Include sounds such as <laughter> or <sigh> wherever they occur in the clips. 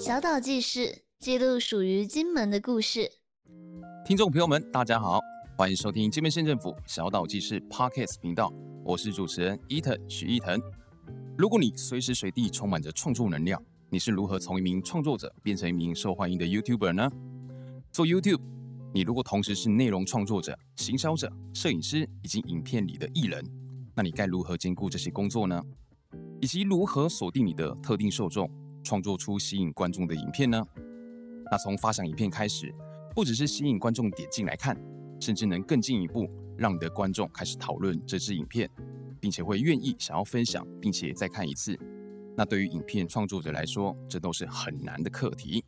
小岛记事记录属于金门的故事。听众朋友们，大家好，欢迎收听金门县政府小岛纪事 Podcast 频道，我是主持人伊藤许伊藤。如果你随时随地充满着创作能量，你是如何从一名创作者变成一名受欢迎的 YouTuber 呢？做 YouTube，你如果同时是内容创作者、行销者、摄影师以及影片里的艺人，那你该如何兼顾这些工作呢？以及如何锁定你的特定受众，创作出吸引观众的影片呢？那从发想影片开始，不只是吸引观众点进来看，甚至能更进一步，让你的观众开始讨论这支影片，并且会愿意想要分享，并且再看一次。那对于影片创作者来说，这都是很难的课题。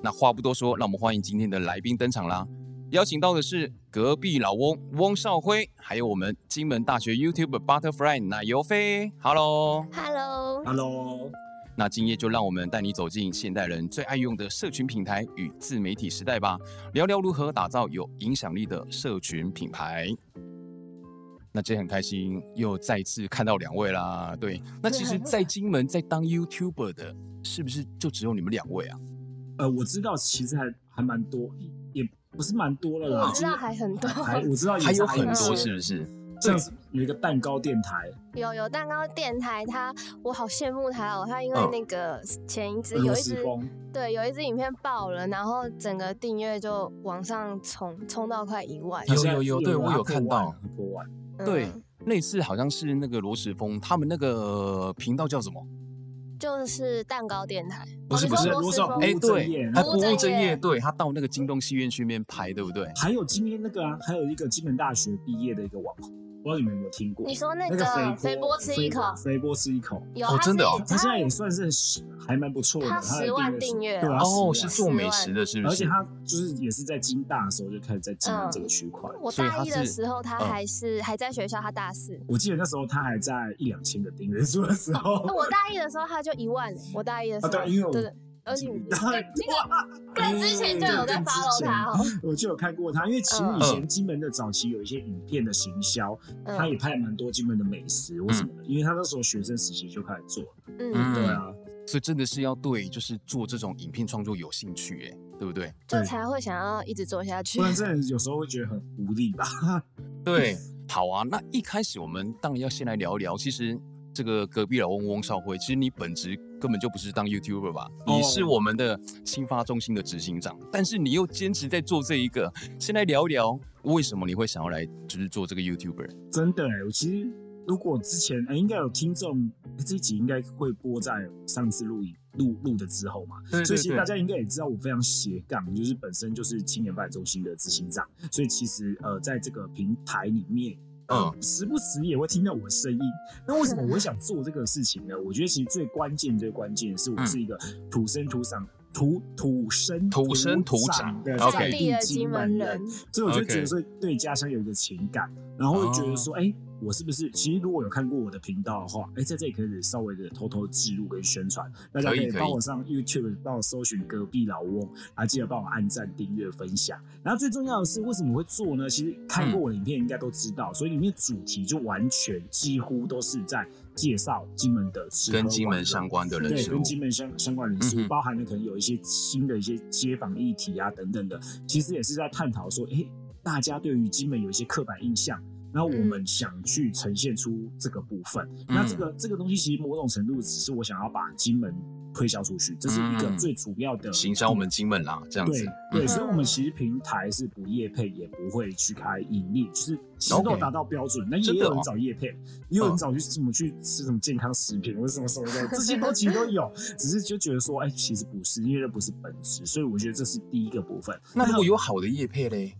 那话不多说，让我们欢迎今天的来宾登场啦！邀请到的是隔壁老翁翁少辉，还有我们金门大学 YouTube Butterfly 奶油飞。Hello， Hello，啊 Hello，那今夜就让我们带你走进现代人最爱用的社群平台与自媒体时代吧，聊聊如何打造有影响力的社群品牌。那今天很开心，又再次看到两位啦。对，那其实，在金门在当 YouTuber 的，是不是就只有你们两位啊？呃，我知道其实还还蛮多，也不是蛮多了啦。我知道还很多，还我知道也还有还很多，嗯是不是？像是有一个蛋糕电台，有有蛋糕电台，它我好羡慕它哦，它因为嗯那个前一支俄罗有一斯支风，对有一支影片爆了，然后整个订阅就往上冲，冲到快一万。有它现在有有对我它有看破万到它破万，嗯对，那次好像是那个罗时峰，他们那个频道叫什么？就是蛋糕电台，不是哦不你是说罗罗少斯峰风哎，不务正业对，他不不务务正正业业，对他到那个京东戏院去面拍，对不对？还有今天那个啊，还有一个金门大学毕业的一个网红，不知道你们有没有听过你？说那那个个肥肥波波吃一口，肥波吃一口，有哦它真的是哦他现在它也算是还蛮不错的，他他的10万订订阅是对啊，哦， 10是万做美食的，是不而是且？他就是也是在金大的时候就开始在经营嗯这个区块。我所以它大一的是时候，他嗯还是还在学校，他大四。我记得那时候他还在一两千个订阅数的时候那，我大一的时候，他就一万了。我大一的时哦啊候，对因为我对，对 <laughs> 而且你然后对哇，更之前就有在更之 follow 前他哦。嗯我就有看过他，因为其实以前金门的早期有一些影片的行销，他也拍了蛮多金门的美食或什么的，因为他那时候学生时期就开始做了。嗯嗯嗯，对啊，所以真的是要对就是做这种影片创作有兴趣，哎，对不对？就对才会想要一直做下去不。 <laughs> 然真的有时候会觉得很无力吧。 <laughs> 对，好啊。那一开始我们当然要先来聊一聊，其实这个隔壁老翁翁少辉，其实你本职根本就不是当 YouTuber 吧？哦你是我们的新发中心的执行长，但是你又兼职在做这一个。先来聊一聊，为什么你会想要来就是做这个 YouTuber？真的、欸，我其实如果之前、呃应该有听众、欸这一集应该会播在上次录影录录的之后嘛，对所以其实大家应该也知道我非常斜杠，就是本身就是青年发展中心的执行长，所以其实呃在这个平台里面。嗯呃，时不时也会听到我的声音。那为什么我会想做这个事情呢？我觉得其实最关键、最关键的是我嗯是一个土生土长、土土生土生土长长的 OK 在地的金门人人，，所以我就 OK 觉哦得说对家乡有一个情感，然后会觉得说，哎、我是不是？其实如果有看过我的频道的话，哎、在这里可以稍微的偷偷记录跟宣传，大家可以以可以帮我上 YouTube 帮我搜寻隔壁老翁，啊，记得帮我按赞、订阅、分享。然后最重要的是，为什么我会做呢？其实嗯看过我的影片应该都知道，所以里面主题就完全几乎都是在介绍金门的吃喝跟金玩门乐相关的人对，事物跟，金门相相关人事嗯物，哼包含了可能有一些新的一些街坊议题啊等等的，其实也是在探讨说，诶，大家对于金门有一些刻板印象，然后我们嗯想去呈现出这个部分。那这个这个东西其实某种程度只是我想要把金门推销出去，这是一个嗯最主要的行销我们金门啦，这样对子。对，嗯所以我们其实平台是不业配，也不会去开盈利，就是其实都 OK 达到标准。那真也的有哦人找业配，也有嗯人找去什么去吃什么健康食品，或者什么什么的，这些都其实都有。只是就觉得说，哎，其实不是，因为那不是本质，所以我觉得这是第一个部分。那如果有好的业配嘞，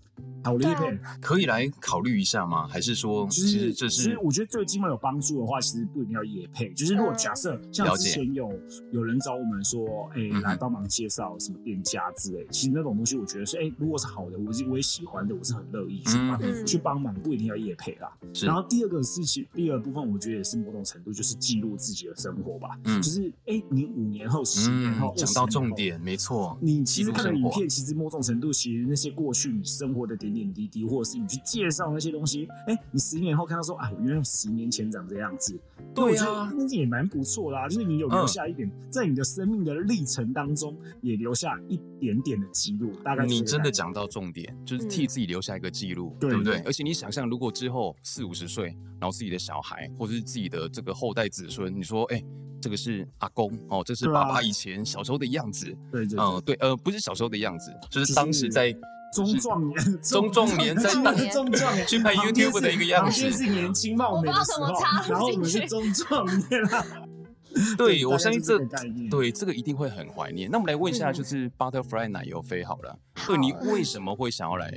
好的业对配啊，可以来考虑一下吗？还是说，就其是实这其是实我觉得对金门有帮助的话，其实不一定要业配。就是如果假设像了之解前有有人找我们说，哎、嗯来帮忙介绍什么店家之类，其实那种东西我觉得是，哎、如果是好的，我是我也喜欢的，我是很乐意去帮、嗯去帮忙，不一定要业配啦。是然后第二个事情，第二部分我觉得也是某种程度就是记录自己的生活吧，嗯就是哎、你五年后、十年嗯后，讲到20年后重点，没错，你其实看记的录生影活片，其实某种程度，其实那些过去你生活的点点点滴滴，或者是你去介绍那些东西，哎、你十年后看到说啊，我原来我十年前长这样子，那我对觉啊嗯得那也蛮不错啦。就是你有留下一点，在你的生命的历程当中，也留下一点点的记录，大概你真的讲讲到重点，就是替自己留下一个记录，对对不对对？而且你想象，如果之后四五十岁，然后自己的小孩或者是自己的这个后代子孙，你说，哎，这个是阿公哦，这是对啊爸爸以前小时候的样子，对对对，嗯，对，呃，不是小时候的样子，就就是是当时在中壮年，中壮年在中壮年中壮年 <laughs> 去拍 YouTube 的一个样旁边子。是年轻貌美的时我候不知道怎么插进，去然后我们是中壮年啦。对，大我概相信是这个概念。对这个一定会很怀念。那我们来问一下，就是 Butterfly 奶油飞好了，对你好为什么会想要来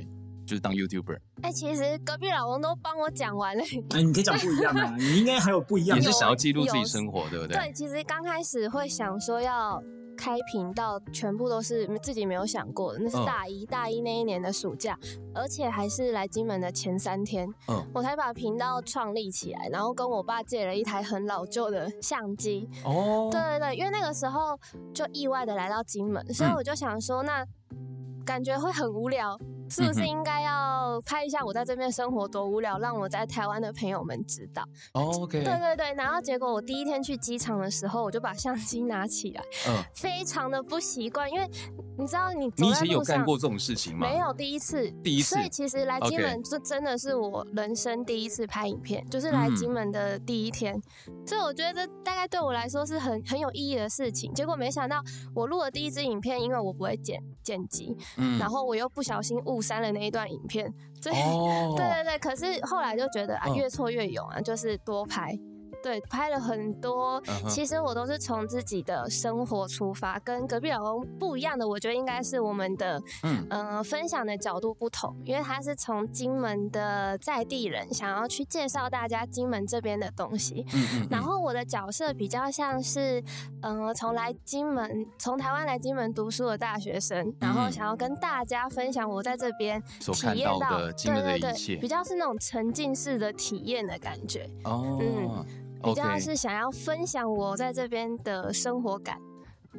就是当 YouTuber？哎、其实隔壁老王都帮我讲完了。哎，你可以讲不一样啊，你应该还有不一样也的。是有想要记录自己有生活，对不对？ <laughs> 对，其实刚开始会想说要开频道，全部都是自己没有想过的。那是嗯大一、大一那一年的暑假，而且还是来金门的前三天，嗯我才把频道创立起来，然后跟我爸借了一台很老旧的相机。哦，对对对，因为那个时候就意外的来到金门，所以嗯我就想说，那感觉会很无聊，是不嗯是哼应该要拍一下我在这边生活多无聊，让我在台湾的朋友们知道？哦，OK，对对对，然后结果我第一天去机场的时候，我就把相机拿起来，嗯，非常的不习惯，因为你知道你走你以在前有路干上过这种事情吗？没有第一次，第一次所以其实来金 OK 门这真的是我人生第一次拍影片，就是来嗯金门的第一天，所以我觉得这大概对我来说是很很有意义的事情。结果没想到我录了第一支影片，因为我不会剪剪辑，嗯，然后我又不小心误删了那一段影片，所以、哦，对对对，可是后来就觉得啊，嗯越挫越勇啊，就是多拍。对，拍了很多嗯哼其实我都是从自己的生活出发，跟隔壁老公不一样的，我觉得应该是我们的嗯呃分享的角度不同，因为他是从金门的在地人，想要去介绍大家金门这边的东西。嗯嗯，然后我的角色比较像是，呃，从来金门，从台湾来金门读书的大学生，然后嗯想要跟大家分享我在这边所体看验到到的金门的对一对切对，比较是那种沉浸式的体验的感觉，嗯哦嗯比，OK，较是想要分享我在这边的生活感。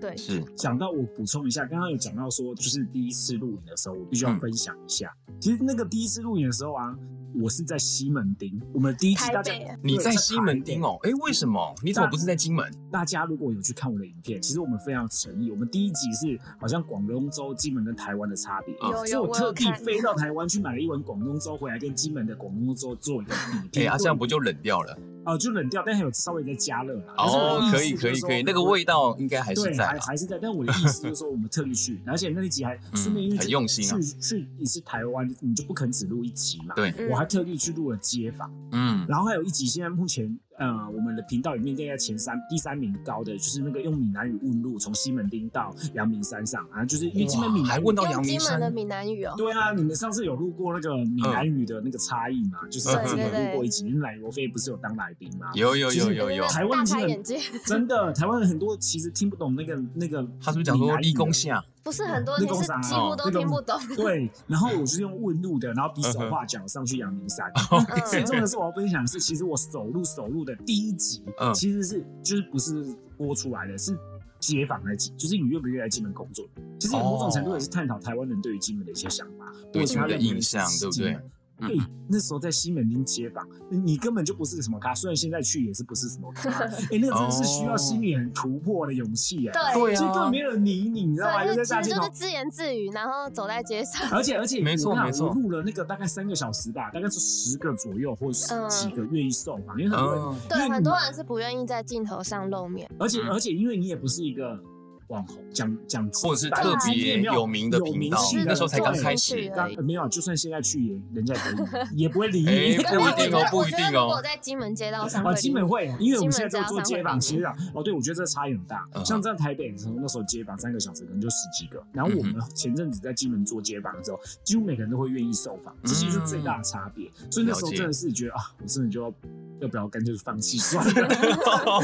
对，是讲到我补充一下，刚刚有讲到说，就是第一次录影的时候，我必须要嗯分享一下。其实那个第一次录影的时候啊，我是在西门町，我们第一期台大家北啊你对在台西门町哦？哎，为什么？你怎么不是在金门？大家如果有去看我的影片，其实我们非常有诚意。我们第一集是好像广东粥、金门跟台湾的差别，有有所以我我有特地看飞到台湾去买了一碗广东粥回来，跟金门的广东粥做一个比哎，拼。啊，这样不就冷掉了？哦、就冷掉，但还有稍微再加热啦。哦，但可是我的意以思可就以是说可以，那个味道应该还是对，在还啊。还是在。但我的意思就是说，我们特 <laughs> 地去，而且那一集还顺便因为嗯很用心啊去去一次台湾，你就不肯只录一集嘛。对，嗯我还特地去录了街访，嗯然后还有一集，现在目前呃，我们的频道里面大概前三第三名高的，就是那个用闽南语问路，从西门町到阳明山上啊，就是因为今天哇闽还南语问到阳用明金门的山，闽南语哦，对啊，你们上次有录过那个闽南语的那个差异嘛？就是上次有录过一集，因为奶油飞不是有当来宾吗？有有有 <laughs> 有有，台大湾其实开很眼界，真的，台湾人很多其实听不懂那个那个，他是不是讲说立功？下？不是很多，那你种是啥几哦乎都那种听 <laughs> 不懂。对，然后我就是用问路的，然后比嗯手画脚上去阳 <laughs> 明山。最重要的是，我要分享的是，其实我首录首录的第一集，嗯其实是就是不是播出来的，是街访来，就是你愿不愿意来金门工作。其实某种程度也是探讨台湾人对于金门的一些想法，哦对为什么金门的要让人印象对不金门对？嗯啊对，那时候在西门町街访，你根本就不是什么咖，虽然现在去也是不是什么 <laughs> 咖，哎，那个真的是哦需要心里很突破的勇气哎，对对就根啊本，没有人理你，你知道吗？嗯对，就就在其大街实就是头自言自语，然后走在街上。而且而且，没错我跟你讲没错我录了那个大概三个小时吧，大概是十个左右或十嗯几个愿意受访，因为很多人，嗯 <laughs> 对，因为很你多人是不愿意在镜头上露面。而且嗯而且因为你也不是一个网红，讲讲或者是白特话别也没有有名的频道性，那时候才刚对开始。刚对没有，啊就算现在去也人家也可以也不会 <laughs> 理哎你。不一定哦不一定哦我觉得如果在金门哦街道上啊，会，金门会，因为我们现在金都门做街街道访，上其会实啊，哦，对，我觉得这差异很大。嗯像在台北的时候，那时候街访三个小时可能就十几个，然后嗯我们前阵子在金门做街访的时候，嗯几乎每个人都会愿意受访，这些就是最大的差别。所以那时候真的是觉得啊，我真的就要要不要干脆放弃算了？ <laughs> <laughs> 哦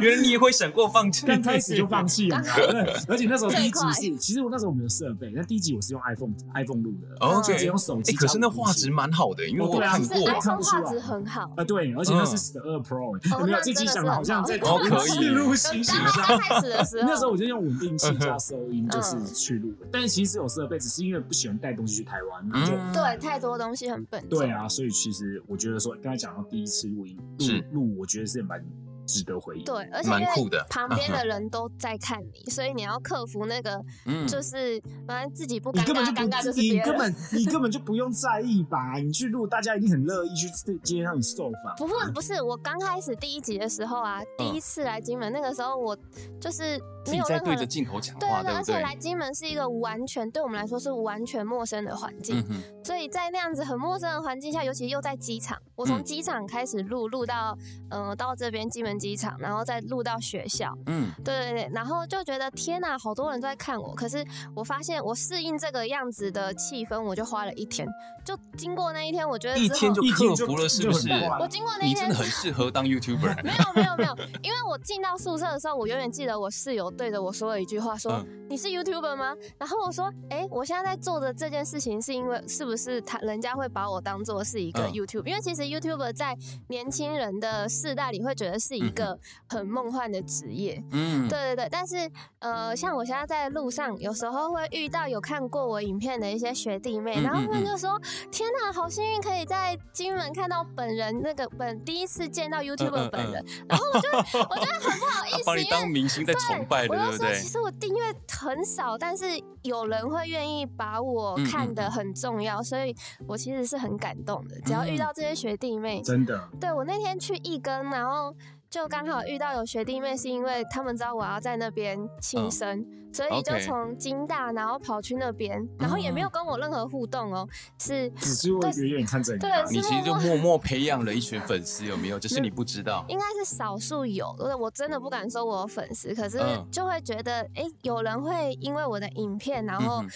原来你也会想过放弃，刚开始就放弃了嘛，对而且那时候第一集最是，其实我那时候我们有设备，那第一集我是用 iPhone iPhone 录的，哦就只 OK，用手哎，机加五 G。可是那画质蛮好的，因为哦我对啊看是过我。看 iPhone 不出画来质很好，啊，对，而且那是嗯十二 Pro，哦有没有那自己真的想是的好很像好在哦可以啊自入行驶刚上。刚开始的时候， <laughs> 那时候我就用稳定器加收音，就是啊嗯去录。但其实有设备，只是因为不喜欢带东西去台湾，然后就嗯，对太多东西很笨，对，啊。所以其实我觉得说，刚才讲到第一次录音是录录，我觉得是蛮值得回忆。对，而且因蛮酷为的旁边的人都在看你，所以你要克服那个，嗯就是反正自己不你尴根本就尬，不尴尬就是你别根人。本你根本就不用在意吧？你去录，大家一定很乐意去接让你受访。不嗯过不是，我刚开始第一集的时候啊，第一次来金门，那个时候我就是自嗯没己有在任何对着人。镜头讲对话，对，啊对而不且对？来金门是一个完全对我们来说是完全陌生的环境，嗯哼，所以在那样子很陌生的环境下，尤其又在机场，我从嗯机场开始录，录到嗯、呃到这边金门机场，然后再录到学校，嗯，对对对，然后就觉得天呐，好多人都在看我。可是我发现我适应这个样子的气氛，我就花了一天。就经过那一天，我觉得一之后天就一天克就服了，是不就很是？快我经过那你一真天的很适合 <laughs> 当 YouTuber。没有没有没有，因为我进到宿舍的时候，我永远记得我室友对着我说了一句话说，嗯你是 YouTuber 吗？然后我说，哎、我现在在做的这件事情是因为是不是他人家会把我当做是一个嗯 YouTube？、因为其实 YouTuber 在年轻人的世代里会觉得是一个很梦幻的职业，嗯，对对对，但是呃，像我现在在路上，有时候会遇到有看过我影片的一些学弟嗯妹，然后嗯他嗯们就说：“天哪，好幸运可以在金门看到本人，那个本第一次嗯见到 YouTuber 本人。然后我就我觉得很不 <laughs> 好意把思，你因当为。明星在崇拜我的，对不就说，对其？实我订阅很少，但是有人会愿意把我嗯嗯看得嗯很重要，所以我其实是很感动的。只要遇嗯到这些学弟妹，真的，对我那天去义耕，然后就刚好遇到有学弟妹，是因为他们知道我要在那边庆生，所以就嗯 OK 嗯从金大然后跑去那边，然后也没有跟我任何互动哦，是只是会远远看着你啊。对你其实就 <laughs> 默默培养了一群粉丝，有没有？只是你不知道。应该是少数有，我我真的不敢说我有粉丝，可是嗯就会觉得，哎、有人会因为我的影片，然后嗯。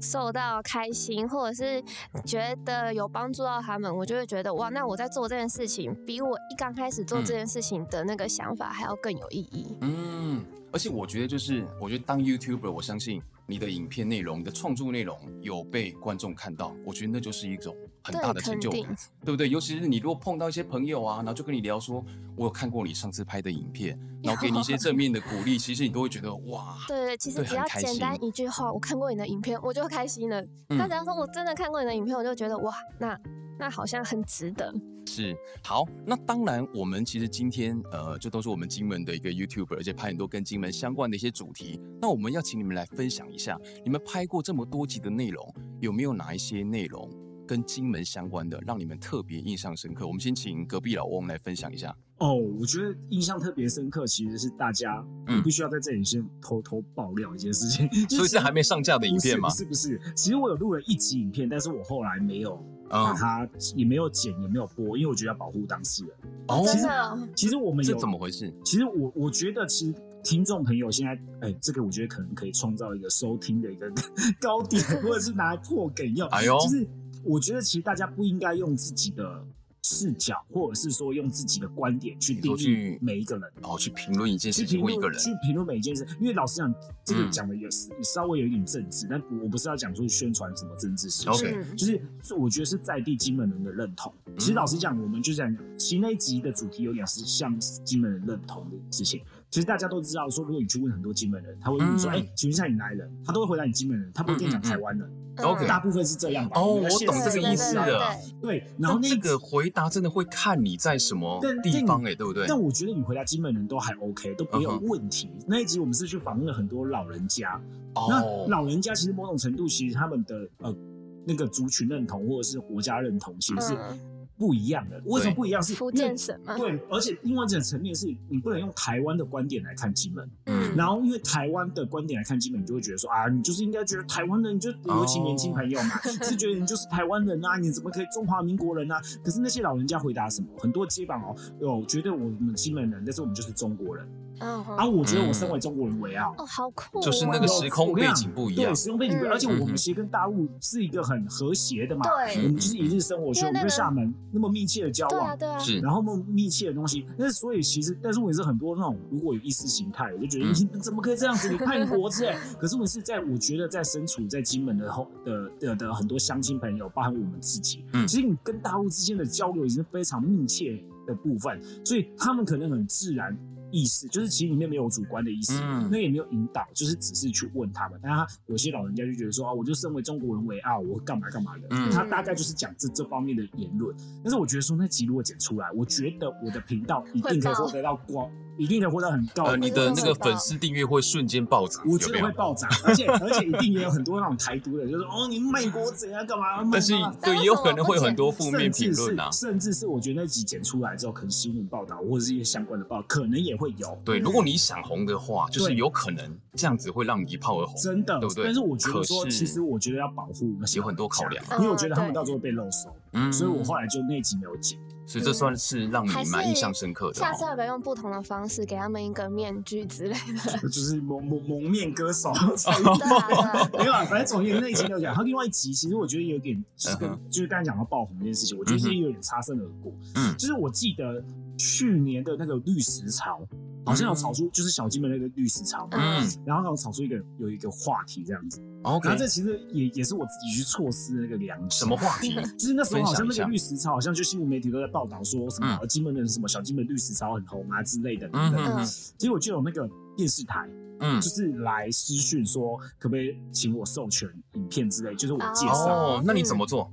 受到开心，或者是觉得有帮助到他们，我就会觉得哇，那我在做这件事情，比我一刚开始做嗯这件事情的那个想法还要更有意义。嗯，而且我觉得就是，我觉得当 YouTuber，我相信你的影片内容、你的创作内容有被观众看到，我觉得那就是一种很对大的成肯就感定，对不对？尤其是你如果碰到一些朋友啊，然后就跟你聊说，我有看过你上次拍的影片，然后给你一些正面的鼓励，其实你都会觉得哇，对对，其实对只很要开简单心一句话，我看过你的影片，我就开心了。嗯他只要说我真的看过你的影片，我就觉得哇，那那好像很值得。是好，那当然，我们其实今天呃，这都是我们金门的一个 YouTuber，而且拍很多跟金门相关的一些主题。那我们要请你们来分享一下，你们拍过这么多集的内容，有没有哪一些内容跟金门相关的，让你们特别印象深刻？我们先请隔壁老翁来分享一下。哦，我觉得印象特别深刻，其实是大家，嗯我必须要在这里先偷偷爆料一件事情，所以是还没上架的影片吗不是不是不是，其实我有录了一集影片，但是我后来没有把啊、它，也没有剪，也没有播，因为我觉得要保护当事人。哦，真其实的哦其实我们这有怎么回事？其实我我觉得，其实听众朋友现在，哎、这个我觉得可能可以创造一个收听的一个 <laughs> 高点，或者是拿来破梗用。哎呦就是我觉得其实大家不应该用自己的视角，或者是说用自己的观点去你说定去义每一个人。哦，去评论一件去事评情或一个论人去评论每一件事，因为老实讲，这个嗯讲的也是稍微有一点政治，但我不是要讲出宣传什么政治事情。 OK 嗯就是我觉得是在地金门人的认同。其嗯实老实讲，我们就讲，其实那一集的主题有点是像金门人认同的事情。其实大家都知道，说如果你去问很多金门人，他会问你说：“嗯哎、请问一下你哪里人？”他都会回答你金门人，他不会跟你嗯讲嗯嗯台湾人。嗯 OK 大部分是这样吧？哦们的我现懂实这个中意对对思是这样对了对对，然后但那这一个回答真的会看你在什么但地但方哎、对不对？但我觉得你回答金门人都还 OK，都没有嗯哼问题。那一集我们是去访问了很多老人家，哦那，老人家其实某种程度，其实他们的呃那个族群认同或者是国家认同，其实嗯是不一样的。为什么不一样？是福因为建嗯省嘛，对，而且另外一种层面是你不能用台湾的观点来看金门，嗯然后因为台湾的观点来看金门，你就会觉得说啊，你就是应该觉得台湾人，你就尤其年轻朋友 <laughs> 嘛，是觉得你就是台湾人啊，你怎么可以中华民国人啊？可是那些老人家回答什么？很多街坊哦，有觉得我们金门人，但是我们就是中国人。嗯哼啊，我觉得我身为中国人为傲。哦，好酷哦，就是那个时空背景不一样对，时空背景不一样，嗯而且我嗯们哼其实跟大陆是一个很和谐的嘛，对我们就是一日生活圈，因为我那们个跟厦门那么密切的交对啊往，对啊，是然后那么密切的东西，但是所以其实，但是问题是很多那种如果有意识形态，我就觉得嗯你你怎么可以这 <laughs> 样子，你叛国之类。欸可是问题是在我觉得在身处在金门的后的的的很多乡亲朋友，包含我们自己，嗯其实你跟大陆之间的交流已经是非常密切的部分，所以他们可能很自然。意识就是其实里面没有主观的意思，嗯那也没有引导，就是只是去问他们。但他有些老人家就觉得说啊，我就身为中国人为傲，我干嘛干嘛的。嗯他大概就是讲这这方面的言论。但是我觉得说那集如果剪出来，我觉得我的频道一定可以获得到光，一定可以获得很高呃，的观你看。的那个粉丝订阅会瞬间暴涨，我有觉没得会有？暴涨，<laughs> 而且而且一定也有很多那种台独的，就是哦你卖国贼啊干嘛？卖但是妈妈对，也有可能会有很多负面甚评至是论啊。甚至是我觉得那集剪出来之后，可能新闻报道或者是一些相关的报，可能也会有。对，如果你想红的话，就是有可能这样子会让你一炮而红。真的，对不对但是我觉得说，可是其实我觉得要保护那些有很多考量老人家因为我觉得他们嗯对到时候会被漏收，嗯所以我后来就那集没有剪。 <laughs> 所以这算是让你蛮印象深刻的下次哦。要不要用不同的方式给他们一个面具之类 <laughs> 的？就是蒙蒙蒙面 <laughs> 歌手，对啊对啊对啊 <laughs> 没有啊，反正总而言之那一集没有讲。然后另外一集，其实我觉得有点就是跟、嗯就是刚才讲到爆红这件事情，我觉得是有点擦身而过。嗯就是我记得去年的那个绿石潮，好像有炒出就是小金门那个绿石潮嘛，嗯然后有炒出一个有一个话题这样子。 ，OK，然后这其实也也是我自己去错失的那个良机。什么话题？就是那时候好像那分享一个下绿石潮，好像就新闻媒体都在报道说什么、呃嗯金门人什么小金门绿石潮很红啊之类的嗯等等。嗯嗯结果就有那个电视台，嗯就，是来私讯说可不可以请我授权影片之类，就是我介绍。哦哦，那你怎么做？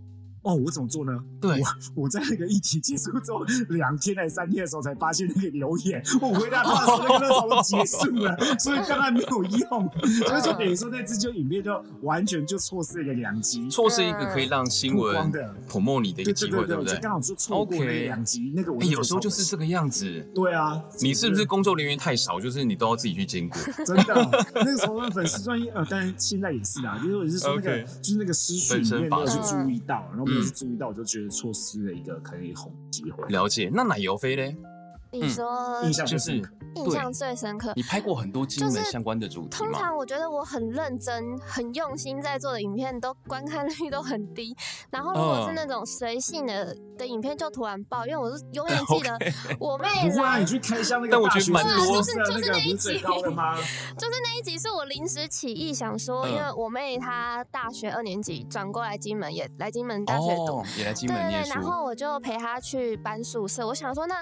我怎么做呢？对，我在那个议题结束之后两天还是三天的时候才发现那个留言，我回答他的时候，那个热潮都结束 <laughs> 了，所以当然没有用，所以就等于说那支就影片就完全就错失了一个良机。错失一个嗯可以让新曝光闻的 promo 你的一个对机对会，对对对，不我对就？刚好就错过那 OK 个两集，那个我哎，就有时候觉就得是超这个样子。对啊，你是不是工作人员太少，就是你都要自己去兼顾？ <laughs> 真的，啊那个时候的粉丝专业，呃，当然现在也是啦，就是我是说那个 OK 就是那个私讯里面没有去注意到，然后没嗯有去注意到，我就觉得错失了一个可以红的机会。了解。那奶油飞嘞？你说印象就就是是印象最深刻你。拍过很多金门相关的主题通吗？常我觉得我很认真、很用心在做的影片，都观看率都很低。然后如果嗯是那种随性的的影片，就突然爆，因为我是永远记得 <laughs> 我妹不会啊，来你，去开箱那但个我大觉得学蛮生多宿舍那个不是最高 <laughs> 的吗？就是那一集是我临时起意想说，嗯因为我妹她大学二年级转过来金门，也来金门大学读，哦，也来金对门对念对，书然。后我就陪他去搬宿舍。我想说，那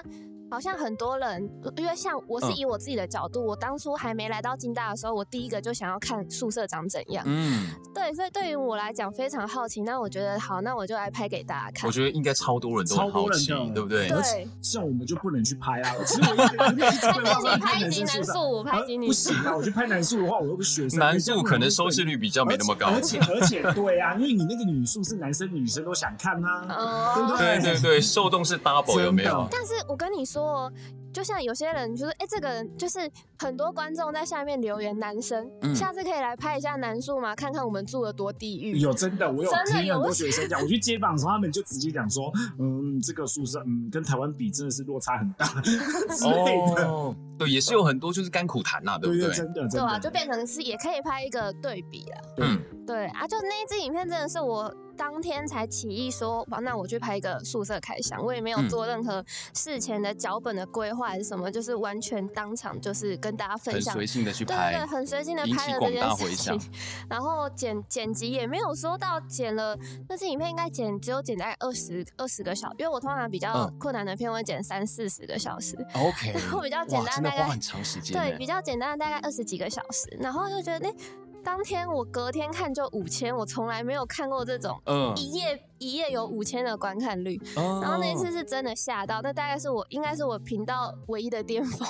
好像很多人，呃因为像我是嗯以我自己的角度，我当初还没来到金大的时候，我第一个就想要看宿舍长怎样。嗯，对，所以对于我来讲非常好奇。那我觉得好，那我就来拍给大家看我。觉得应该超多人都很超好多人奇的，对不对？对像我们就不能去拍啊，其实我一直我一 <laughs> 直被那妈妈你拍一生集男宿舍。宿，我拍啊一集女不宿行。啊！我去拍男宿的话，我又不是学生。男这样宿不可能能收视率比较没那么高而。且而且而且对啊，因为你那个女宿是男生女生都想看啊。对不哦，对对对，受众是 double 有没有真？但是我跟你说哦，就像有些人就是，哎、这个人就是很多观众在下面留言，男生、嗯下次可以来拍一下男宿吗？看看我们住的多地狱。有真的，我有真的听有很多学生讲，我去街访的时候，他们就直接讲说，嗯，这个宿舍，嗯，跟台湾比真的是落差很大哦之类的。哦，对，也是有很多就是甘苦谈呐，对不对对对，？真的对真欸啊，的，就变成是也可以拍一个对比了。嗯，对啊，就那一支影片真的是我当天才起意说，哇，那我去拍一个宿舍开箱，我也没有嗯做任何事前的脚本的规划还是什么，就是完全当场就是跟大家分很享。随性的去对对拍对，，很随性的引拍起了这广大件回事响情，然后剪剪辑也没有说到剪了，那支影片应该剪只有剪大概二十二十个小，因为我通常比较嗯困难的片会剪三四十个小时， OK，然 <laughs> 后比较简哇，单真的大概花很长时间呢。对，比较简单的大概二十几个小时，然后就觉得那当天我隔天看就五千，我从来没有看过这种嗯，一夜一夜有五千的观看率，然后那一次哦是真的吓到，那大概是我应该是我频道唯一的巅峰。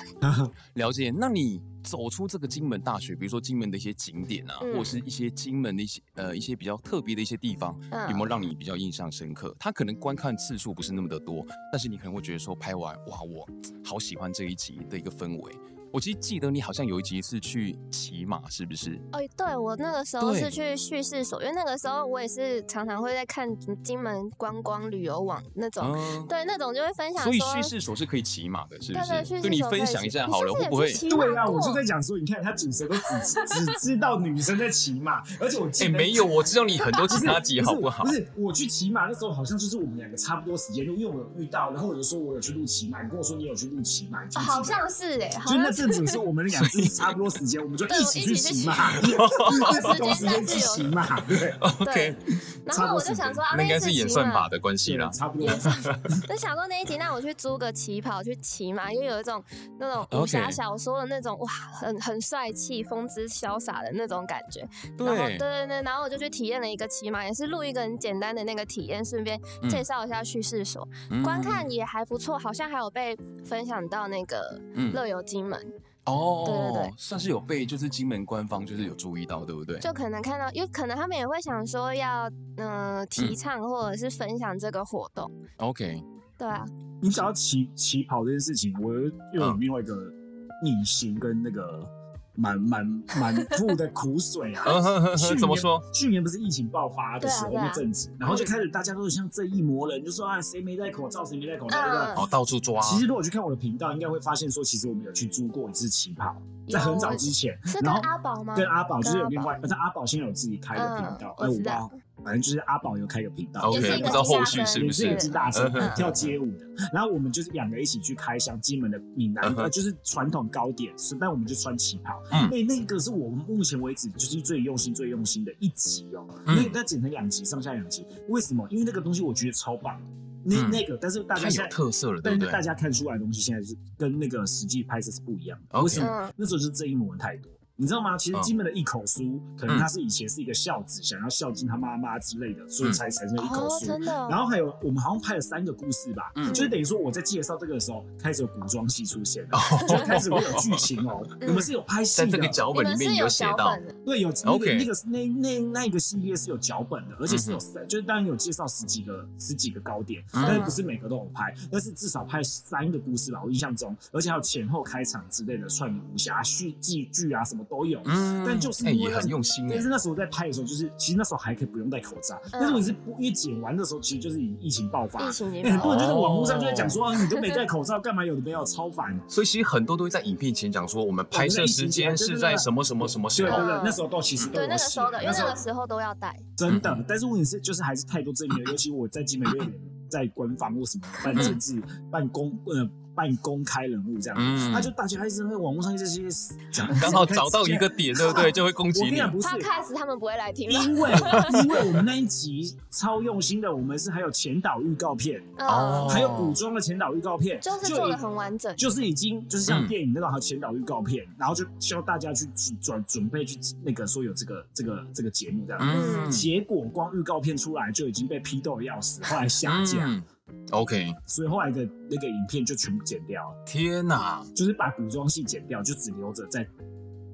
了解。那你走出这个金门大学，比如说金门的一些景点啊，嗯或者是一些金门的一些呃一些比较特别的一些地方，有没有嗯，让你比较印象深刻？它可能观看次数不是那么的多，但是你可能会觉得说拍完哇，我好喜欢这一集的一个氛围，我其实记得你好像有一集是去骑马，是不是？哦，对我那个时候对是去叙事所，因为那个时候我也是常常会在看金门观光旅游网那种，嗯，对那种就会分享所以说，叙事所是可以骑马的，是不对对，叙是？事对你所可以分享一骑下你好是了，不是会也不会哎去？骑 <laughs> 马对啊，我就过在讲说，你看他主持人都 <laughs> 只只知道女生在骑马，而且我记哎，得、没有，我知道你很多其他集不是好不好不？是，我去骑马那时候好像就是我们两个差不多时间，因为我有遇到，然后我就说我有去录骑马，你跟我说你有去录骑马，你去骑马哦好像是哎、好就那像阵子是我们俩是差不多时间，我 <laughs> 们就一起去骑马， <laughs> 对，对我一起去骑马同时间去骑马，对，对 OK，。然差不后多我是这就想样说，啊，那应该次是演骑算马法的关系啦对，。啊差不多也。是，就想说那一集，那我去租个旗袍去骑嘛，因为有一种那种武侠 OK 小说的那种哇，很很帅气、风姿潇洒的那种感觉。然后对，对对对，然后我就去体验了一个骑马，也是录一个很简单的那个体验，顺便嗯介绍一下叙事所，嗯观看也还不错，好像还有被分享到那个嗯乐游金门，哦，对对对算是有被就是金门官方就是有注意到，对不对？就可能看到，因为可能他们也会想说要嗯、呃提倡或者是分享这个活动， OK，对啊， <laughs> 你讲到旗旗袍这件事情，我又有另外一个逆行跟那个满满满腹的苦水啊。嗯哼 <laughs> 哼去哼，年怎么说？？去年不是疫情爆发的时候对啊对那啊阵子，然后就开始大家都像正义魔人，就说啊谁没戴口罩，谁没戴口罩，对不对？嗯哦，到处抓。呃其实如果去看我的频道，应该会发现说，其实我们有去租过一次旗袍，在很早之前，是跟然后阿宝吗？跟阿宝就是有另嗯跟阿外，但阿宝现在有自己开的频道，哎，我嗯我不知知道道，反正就是阿宝有开个频道 OK，也是一不个知道后加续分是不也是是一个？吉大生嗯跳街舞的，然后我们就是两个一起去开箱金门的闽南嗯，哼呃就是传统糕点，是但我们就穿旗袍，嗯哎，那个是我们目前为止就是最用心、最用心的一集哦，嗯那那剪成两集，上下两集，为什么？因为那个东西我觉得超棒，那嗯那个，但是大家太现有在特色了，对但不是对大？家看出来的东西现在是跟那个实际拍摄是不一样的。 OK 为什么嗯？那时候就是正义魔人太多，你知道吗？其嗯实金门的一口酥，可能他是以前是一个孝子，想要孝敬他妈妈之类的，嗯所以才产生了一口哦，酥。真的哦，然后还有，我们好像拍了三个故事吧，嗯就是等于说我在介绍这个的时候，开始有古装戏出现了，就开始会有剧情 <laughs> 哦。嗯我们是有拍戏哦在的，这个脚你本里们面是也有写脚到，本的，对，有那个 OK 那个那那那一个系列是有脚本的，而且是有嗯三，就是当然有介绍十几个十几个糕点，嗯但是不是每个都有拍，但是至少拍三个故事吧，我印象中，而且还有前后开场之类的串联武侠剧剧剧啊什么都有。嗯但就是哎因为也很用心哎但是。那时候在拍的时候，就是其实那时候还可以不用戴口嗯罩，但是我是不因为剪完的时候，其实就是以疫情爆发，疫情已哎经很多爆发人就在网络上就在讲哦说、啊你都没戴口罩，干嘛有的没有，超烦。所以其实很多都会在影片前讲说，我们拍摄时啊间是在什么什么什么时对对候。对，嗯那时候都其实都对有那个时候写的，因为时那候个时候都要带，真嗯的，但是问题是，就是还是太多正面的，尤其我在金 <laughs> 门有点在官方或什么办政治、办公呃办公开人物这样，嗯他就大家一直在网络上这些讲， <laughs> 刚好找到一个点，对不对？就会攻我击跟你你讲。不是他。开始他们不会来听吧？因为因为我们那一集超用心的，我们是还有前导预告片，哦嗯，还有古装的前导预告片，就是做的很完整，就是已经就是像嗯电影那种前导预告片，然后就需要大家去准准备去那个说有这个这个这个节目这样，嗯结果光预告片出来就已经被批斗得要 <laughs> 死，后来下架，嗯，OK，所以后来的那个影片就全部剪掉了，天哪！就是把古装戏剪掉，就只留着在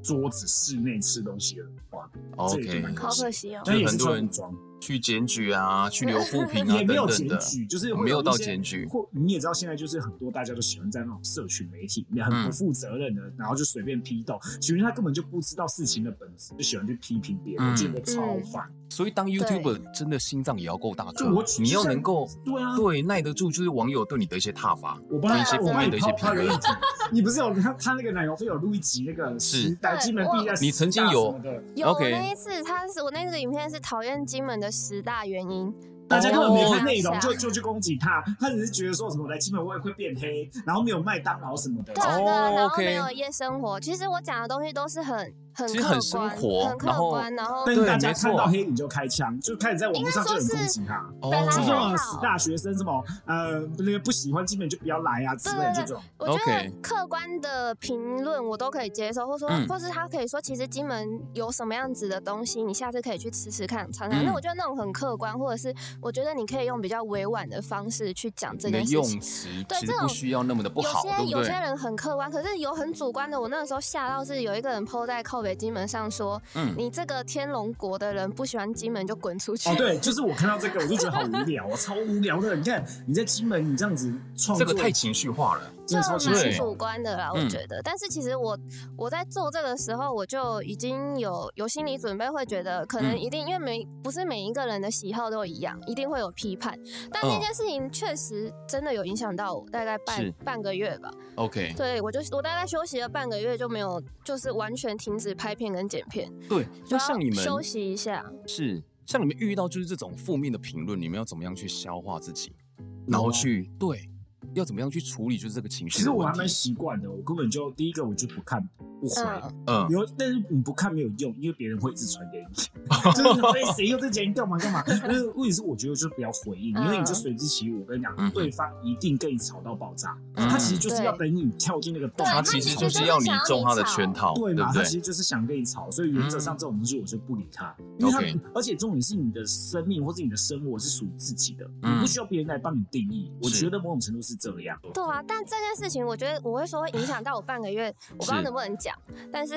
桌子室内吃东西的画面。这也 OK，蛮好可惜哦。但也是很多穿人古装，去检举啊，去留负评啊 <laughs> 也没有等等检的。哦举，就是会没有一到些检举或你也知道，现在就是很多大家都喜欢在那种社群媒体里面很不嗯负责任的，然后就随便批斗，其实他根本就不知道事情的本质，就喜欢去批评别人，嗯我觉得超嗯烦。所以当 YouTuber 真的心脏也要够大就我颗，你要能够对啊，对，耐得住就是网友对你的一些挞伐，我帮你对啊我负帮面你的一抛些抛评个论议。题，你不是有他他那个奶油飞有录一集那个是十大对金门我地下十大你曾经什有么的有我 OK 那一次，他是我那个影片是讨厌金门的十大原因，大家根本没有看内容就就去攻击他，他只是觉得说什么来金门会会变黑，然后没有麦当劳什么的。对啊对啊，哦然后 OK 没有夜生活。其实我讲的东西都是很很其客实观很生活很然客后观，然后但是大家没看错到黑你就开枪，就开始在网络上就很攻击他，哦本来就还说好啊死大学生什么呃那个不喜欢金门就不要来啊之类的对对这对种。我觉得 OK 客观的评论我都可以接受，或说，嗯或是他可以说，其实金门有什么样子的东西，你下次可以去吃吃看、尝尝。嗯那我觉得那种很客观，或者是我觉得你可以用比较委婉的方式去讲这你的件事情用。词对其这实不种需要那么的不有好，些对不有些对？人很客观，可是有很主观的。我那个时候吓到是有一个人 PO 在靠北金门上说，嗯，你这个天龙国的人不喜欢金门就滚出去。哦，对，就是我看到这个，我就觉得好无聊，我超无聊的。你看你在金门，你这样子创这作，个太情绪化了。嗯真的超就级蛮对主观的啦，我嗯觉得。但是其实我我在做这个时候，我就已经有有心理准备，会觉得可能嗯一定、因为每不是每一个人的喜好都一样，一定会有批判。但那嗯件事情确实真的有影响到我，大概半是半个月吧。 OK，对我就我大概休息了半个月，就没有就是完全停止拍片跟剪片，对，就那要像你们休息一下。是像你们遇到就是这种负面的评论，你们要怎么样去消化自己，然后去对，要怎么样去处理就是这个情绪其实的我还问蛮题。习惯的，我根本就第一个我就不看不回，嗯嗯，有但是你不看没有用，因为别人会一直传给你，就是说哎谁又在讲你干嘛干嘛。但是问题是我觉得就不要回应，因为你就随之起舞。我跟你嗯讲，对方一定跟你吵到爆炸，嗯他其实就是要对等你跳进那个洞对里他面。其他实其就实是就要是你想要中你他的吵圈套，对不嘛，他对其？实就是想跟你吵，所以原则上这种东西我是不理他，因为他 OK 而且重点是你的生命或是你的生活是属于自己的，嗯你不需要别人来帮你定义。我是觉得某种程度是这样。对啊，但这件事情，我觉得我会说会影响到我半个月，我不知道能不能讲。但是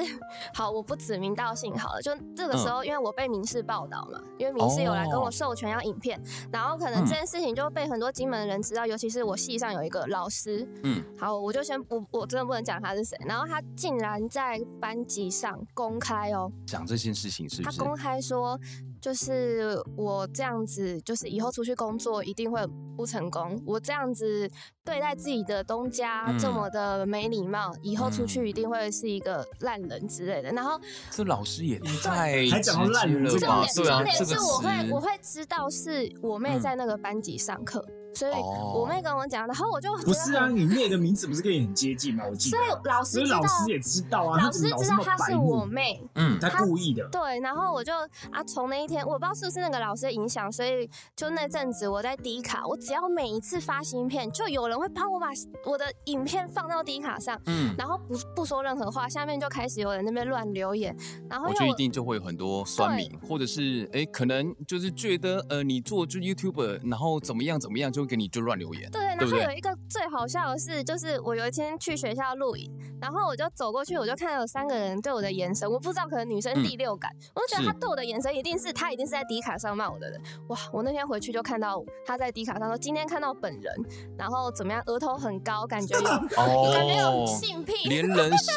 好，我不指名道姓好了。就这个时候，因为我被民事报道嘛，因为民事有来跟嗯哦我授权要影片，然后可能嗯这件事情就被很多金门的人知道，尤其是我系上有一个老师，嗯，好，我就先不，我真的不能讲他是谁。然后他竟然在班级上公开哦，讲这件事情是不他是？公开说，就是我这样子，就是以后出去工作一定会不成功。我这样子对待自己的东家这嗯么的没礼貌，以后出嗯去一定会是一个烂人之类的。然后这老师也太嗯还直讲到烂接人了这个吧？词对啊重，点这个是我会我词会知道是我妹嗯在那个班级上课，所以哦我妹跟我讲，然后我就觉得不是啊，很，你妹的名字不是跟你很接近吗？我记得所啊，以老师所以知老道，师也知道啊，老怎师么老知是道那么她白是目我妹。嗯他故意的。对，然后我就啊，从那一天，我不知道是不是那个老师的影响，所以就那阵子我在迪卡，我只要每一次发新片，就有人会帮我把我的影片放到迪卡上，嗯，然后不不说任何话，下面就开始有人那边乱留言，然后我因觉得为一我哦定就会有很多酸民，或者是哎，可能就是觉得呃，你做就 YouTuber，然后怎么样怎么样，就会给你就乱留言。对，对然不后对有一个最好笑的事，就是我有一天去学校录影，然后我就走过去，我就看到有三个人对我的眼神，我不知道可能女生嗯第六感，我就觉得他是对我的眼神一定是他一定是在迪卡上骂我的人。哇，我那天回去就看到他在迪卡上说今天看到本人，然后怎么样，额头很高，感 <laughs> 觉有、感觉有性癖。哦连人身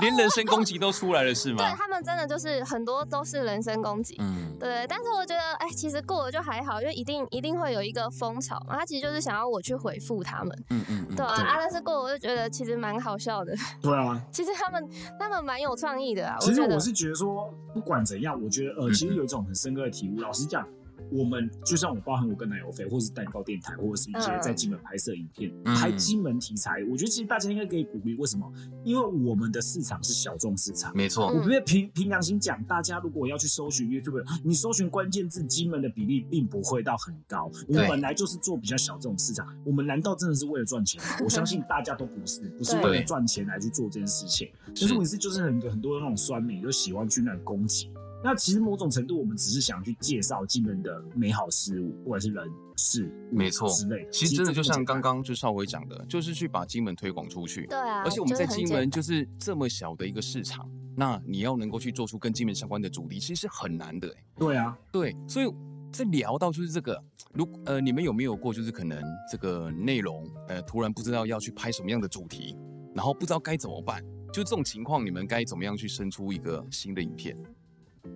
连人身攻击都出来了是对吗？他们真的就是很多都是人身攻击，嗯，对，但是我觉得，哎，其实过了就还好，因为一定一定会有一个风潮嘛。他其实就是想要我去回复他们，嗯嗯嗯对啊，对啊，但是过我就觉得其实蛮好笑的。对啊，其实他们他们蛮有创意的啊，其实觉得我是觉得说，不管怎样，我觉得呃，其实有一种很深刻的体悟。老实讲，我们就像我包含我跟奶油飞，或是蛋糕电台，或者是一些嗯在金门拍摄影片、嗯拍金门题材，我觉得其实大家应该可以鼓励。为什么？因为我们的市场是小众市场。没错嗯我不是凭凭良心讲，大家如果要去搜寻 YouTube，你搜寻关键字金门的比例并不会到很高。我们对本来就是做比较小众市场，我们难道真的是为了赚钱吗？我相信大家都不是，不是为对了赚钱来去做这件事情。但是问题是，就是很多很多那种酸民就喜欢去那里攻击。那其实某种程度，我们只是想去介绍金门的美好事物，不管是人、事、物没错之类的。其实真的就这么像简单刚刚就稍微讲的，就是去把金门推广出去。对啊，而且我们就是在很金简门单就是这么小的一个市场，那你要能够去做出跟金门相关的主题，其实是很难的、欸。对啊，对，所以在聊到就是这个，如呃，你们有没有过就是可能这个内容呃突然不知道要去拍什么样的主题，然后不知道该怎么办？就这种情况，你们该怎么样去生出一个新的影片？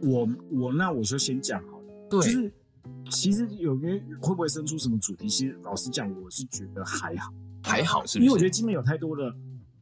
我我那我就先讲好了。对就是其实有没有会不会生出什么主题？其实老实讲，我是觉得还好，还好是因为不我觉是？得金门有太多的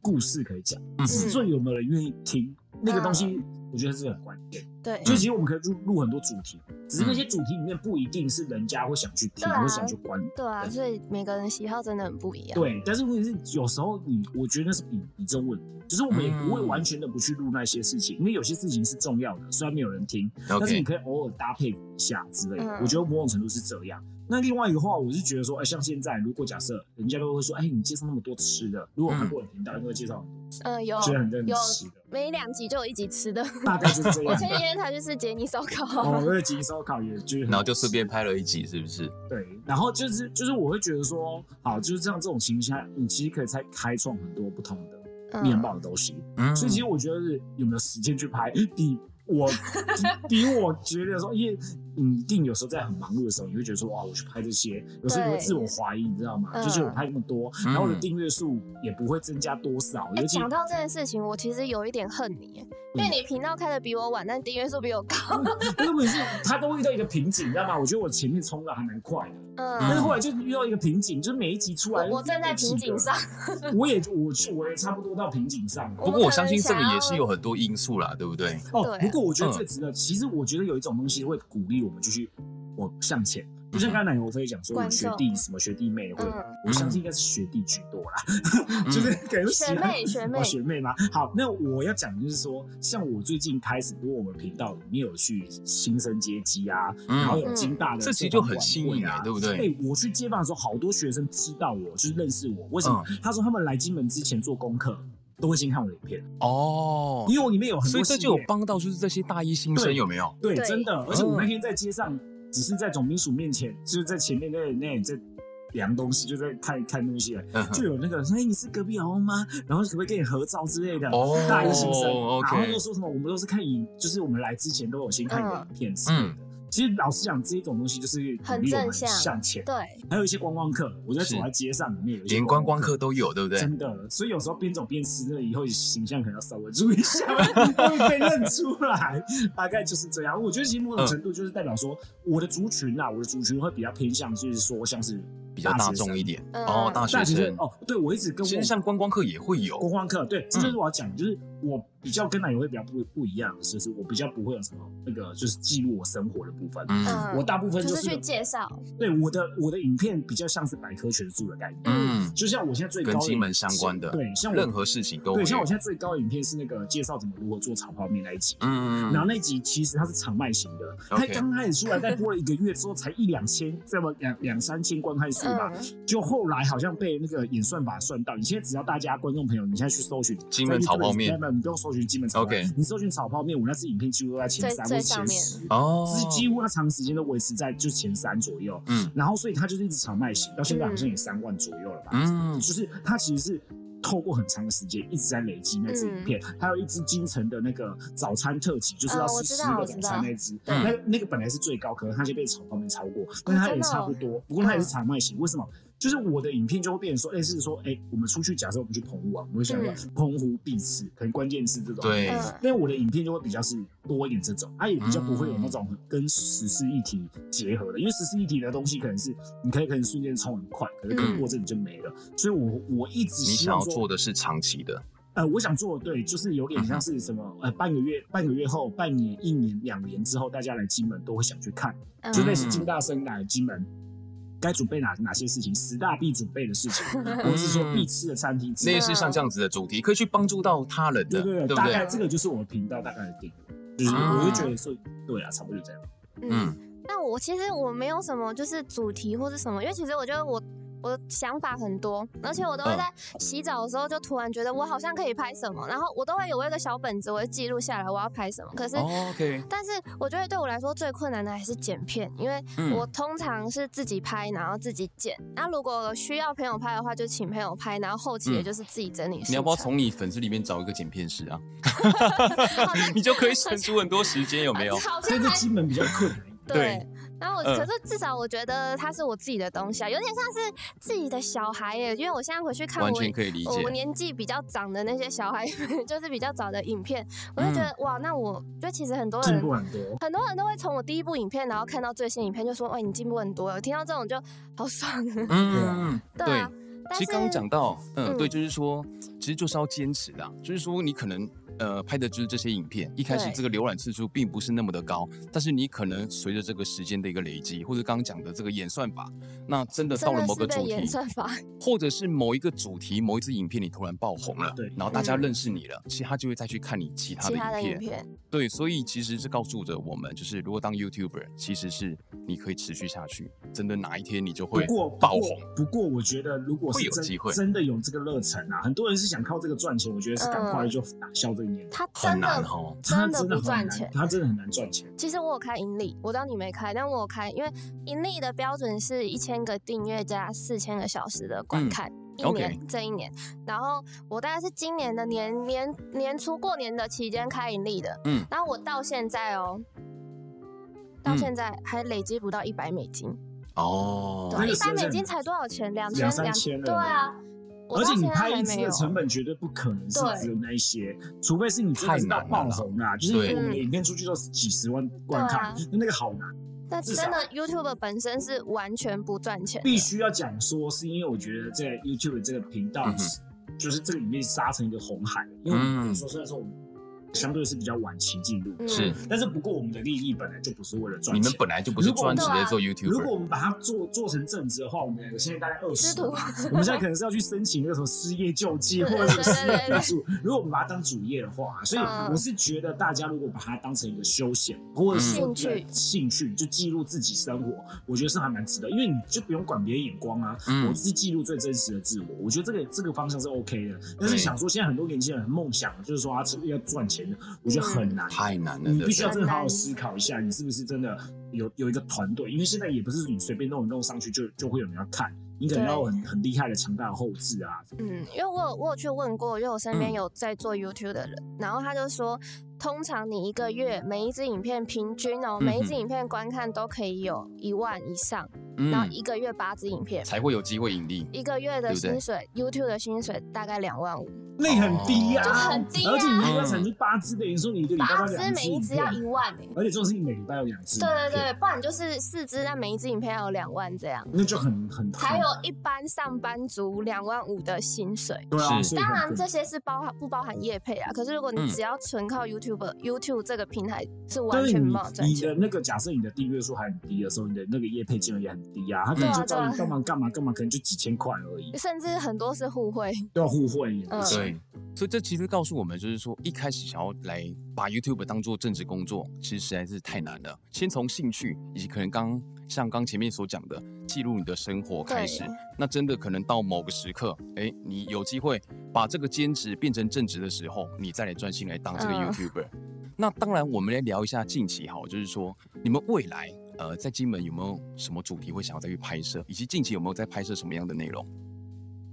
故事可以讲，嗯只是说有没有人愿意听那个东西，嗯我觉得是很关键。对就其实我们可以录录很多主题，只是那嗯些主题里面不一定是人家会想去听对啊或想去关。对啊，所以每个人喜好真的很不一样。对，但是问题是，有时候你，我觉得那是比比重问题，就是我们也不会嗯完全的不去录那些事情，因为有些事情是重要的，虽然没有人听，但是你 OK，可以偶尔搭配一下之类的。嗯我觉得某种程度是这样。那另外一个话，我是觉得说，哎、像现在如果假设人家都会说，哎、你介绍那么多吃的，如果嗯韩国人频道应该会介绍很多，嗯，有觉得很认有真吃的，每两集就有一集吃的。大概就是这我样前。几天才去吃杰尼烧烤， <laughs> 哦，那个吉烧烤也就是，然后就顺便拍了一集，是不是？对，然后就是就是我会觉得说，好，就是这样这种情况下，你其实可以再开创很多不同的面貌的东西。嗯所以其实我觉得是有没有时间去拍，比 <laughs> 我比我觉得说，因为你一定有时候在很忙碌的时候，你会觉得说哇，我去拍这些，有时候你会对自我怀疑，你知道吗？嗯就是我拍那么多，然后我的订阅数也不会增加多少，哎、尤其讲到这件事情，我其实有一点恨你耶，因为你频道开的比我晚，但订阅数比我高。根本是他都会遇到一个瓶颈，你知道吗？我觉得我前面冲的还蛮快的，但是嗯，后来就遇到一个瓶颈，就是每一集出来我我正在瓶颈上，，我也我去我也差不多到瓶颈上了。不过我相信这个也是有很多因素啦，对不对？哦对，不过我嗯觉得最值得，其实我觉得有一种东西会鼓励我们继续往向前。就嗯像刚才奶油飞讲说，观有学众弟什么学弟妹会，嗯我相信应该是学弟居多啦，嗯 <laughs> 就是感觉学妹学妹哦学妹吗？好，那我要讲的就是说，像我最近开始，如果我们频道里面有去新生阶级啊，嗯然后有金大的这其实街坊就很晚新会颖啊哎，对不对哎、我去街访的时候，好多学生知道我，就是认识我。为什嗯么？他说他们来金门之前做功课，都会先看我的影片，哦，因为我里面有很所多以系列。这就有帮到，就是这些大一新生有没有？对，对真的。而且我嗯那天在街上，只是在总兵署面前，就是在前面那那在量东西，就在看看东西了，嗯哼就有那个哎、你是隔壁老翁吗？然后可不可以跟你合照之类的？哦大一新生，然后，OK，又说什么我们都是看影，就是我们来之前都有先看影片之类的。嗯其实老实讲，这一种东西就是鼓很励我正们向向前。对，还有一些观光客，我在是走在街上里面有一些连观光客都有，对不对？真的，所以有时候边走边吃，真的以后形象可能要稍微注意 <laughs> 一下，会被认出来。大概就是这样。我觉得其实某种程度就是代表说，我的族群啊，我的族群会比较偏向，就是说像是比较大众一点。嗯哦，大大学学生生。哦，对我一直跟其我实像观光客也会有观光客，对，这就是我要讲，就是我比较跟奶油会比较不不一样的，就是我比较不会有什么那个就是记录我生活的部分。嗯嗯，我大部分就就是是去介绍，对我的我的影片比较像是百科全书的概念，嗯，就像我现在最高跟的金门相关的对，像我任何事情都会对，有。像我现在最高的影片是那个介绍怎么如何做炒泡面那一集。嗯，嗯然后嗯那一集其实它是场卖型的，它 OK 刚开始出来，再播了一个月之后才一两千，这么两两三千观看数吧。嗯就后来好像被那个演算法算到，你现在只要大家观众朋友，你现在去搜寻金门炒泡面没有没有，你不用搜寻金门炒泡面 OK 你搜寻炒泡面，我那支影片几乎都在前最三或最者上前面十，哦，是几乎它长时间都维持在就前三左右。嗯然后所以它就是一直场卖型，到现在好嗯像也三万左右了吧？嗯就是它其实是透过很长的时间一直在累积那支影片，还有一支京城的那个早餐特辑，就是要嗯我吃知十道个我知早道餐那支，嗯那那个本来是最高，可能它就被炒泡面超过，哦但它也差不多，不过它嗯也是场卖型，为什么？就是我的影片就会变成说，类似说，哎、我们出去，假设我们去澎湖啊，我们会想说澎湖必吃，可能关键是这哎种。对嗯因为我的影片就会比较是多一点这种，它、啊也比较不会有那种嗯跟时事议题结合的，因为时事议题的东西可能是你可以可能瞬间冲很快，可是可能过阵子就没了。所以我我一直嗯你希想望要说，做的嗯是长期的，呃，我想做的对，就是有点像是什么、呃，半个月、半个月后、半年、一年、两年之后，大家来金门都会想去看，嗯就类似金大生来金门。该准备哪哪些事情？十大必准备的 <laughs> 事情，或者是说嗯必吃的餐厅之类类的，似像这样子的主题，可以去帮助到他人对的，对不对，大概对？这个就是我的频道大概的定位，就是我就觉得说，对啊，差不多就这样。嗯，嗯但我其实我没有什么就是主题或是什么，因为其实我觉得我。我的想法很多，而且我都会嗯在洗澡的时候就突然觉得我好像可以拍什么，然后我都会有一个小本子，我会记录下来我要拍什么。可是哦，OK，但是我觉得对我来说最困难的还是剪片，因为嗯我通常是自己拍，然后自己剪。那如果需要朋友拍的话，就请朋友拍，然后后期也嗯就是自己整理素材。你要不要从你粉丝里面找一个剪片 <laughs> 师啊？好 <laughs> 像？你就可以省出很多时间，有没有 <laughs> 好像但是还金门比较困 <laughs> 难一点。对。然后我、嗯可是至少我觉得它是我自己的东西啊，有点像是自己的小孩耶。因为我现在回去看完我全可以理我解我。年纪比较长的那些小孩， <laughs> 就是比较早的影片，我就嗯觉得、哇，那我就其实很多进人步很多。很多人都会从我第一部影片，然后看到最新影片，就说：“哎，你进步很多。”听到这种就好爽。嗯，对啊，但其实刚刚是讲到，嗯，嗯对，就是说，其实就是要坚持啦。就是说，你可能呃拍的就是这些影片，一开始对这个浏览次数并不是那么的高，但是你可能随着这个时间的一个累积，或者刚刚讲的这个演算法，那真的到真了的某是个被主题演，算法，或者是某一个主题、某一支影片，你突然爆红了，对然后大家嗯认识你了，其实他就会再去看你其他其的他的影影片。片，对，所以其实是告诉着我们，就是如果当 YouTuber，其实是你可以持续下去，真的哪一天你就不会过爆红。。不过不过我觉得如果会是有机会真真的有这个热忱啊，很多人是想靠这个赚钱，我觉得是赶快就打消这个念头。它很真难的哦。他嗯真的真的不很赚难钱，。他真的很难赚钱。其实我有开盈利，我知道你没开，但我有开，因为盈利的标准是一千个订阅加四千个小时的观看。嗯一年这一年。然后我大概是今年的年年年初过年的期间开盈利的，嗯然后我到现在哦，到现在还累积不到一百美金，嗯哦，那对，个一时候百美金是才多少钱？两千两三千了对啊，我而到且现你在拍还一次没的有。成本绝对不可能是对只有那一些，除非是你真的是到太难了爆啦红啊，就是对我们的影片出去都是几十万观看，对啊那个好难。但至真的少 YouTube 本身是完全不赚钱的，必须要讲说，是因为我觉得在 YouTube 这个频道嗯哼是，就是这个里面杀成一个红海，因为我嗯们说虽然说我们相对是比较晚期进入，嗯是但是不过我们的利益本来就不是为了赚你钱，们本来就不是专职的做 YouTube，如果我们把它做做成正职的话，我们两个现在大概二师十，徒我们现在可能是要去申请那个什么失业救济对或对者是失业对对补助。如果我们把它当主业的话，所以嗯我是觉得大家如果把它当成一个休闲或者是说嗯兴趣兴趣，就记录自己生活，我觉得是还蛮值得，因为你就不用管别人眼光啊，我嗯只是记录最真实的自我。我觉得这个这个方向是 OK 的，但是想说现在很多年轻人很梦想就是说他是要赚钱的，我觉得很难。太难了，你对不必须要对？真的好好思考一下，你是不是真的有有一个团队？因为现在也不是你随便弄一弄上去就就会有人要看，你可能要有很很厉害的强大的后置啊。哦嗯，因为我有我有去问过，因为我身边嗯有在做 YouTube 的人，然后他就说，通常你一个月每一支影片平均哦，每一支嗯哼影片观看都可以有一万以上，然后嗯，一个月八支影片，才会有机会盈利。一个月的对不对薪水 y o u t u b e 的薪水大概两万五，那很低呀、就很低啊而且你嗯一个产出八支，等于说你一个礼拜八要支两每一影支片要一万欸而且这种事情每礼拜有两支，对对对，，不然就是四支，但每一支影片要有两万这样，嗯那就很很才有一般上班族两万五的薪水。对啊，是所以当很然，贵这些是包含不包含业配啊？可是如果你嗯只要纯靠 YouTube、YouTube 这个平台，是但完是全你没有赚你钱的。那个假设你的订阅数还很低的时候，你的那个业配金额也很低啊，他可能嗯就叫对啊你干嘛干嘛干嘛，可能就几千块而已，甚至很多是互惠。都要互惠也不嗯行。对，所以这其实告诉我们，就是说一开始想要来把 YouTube 当做正职工作，其实实在是太难了。先从兴趣以及可能刚像刚前面所讲的，记录你的生活开始对。那真的可能到某个时刻，哎，你有机会把这个兼职变成正职的时候，你再来专心来当这个嗯 YouTuber。那当然，我们来聊一下近期哈，就是说你们未来呃在金门有没有什么主题会想要再去拍摄，以及近期有没有在拍摄什么样的内容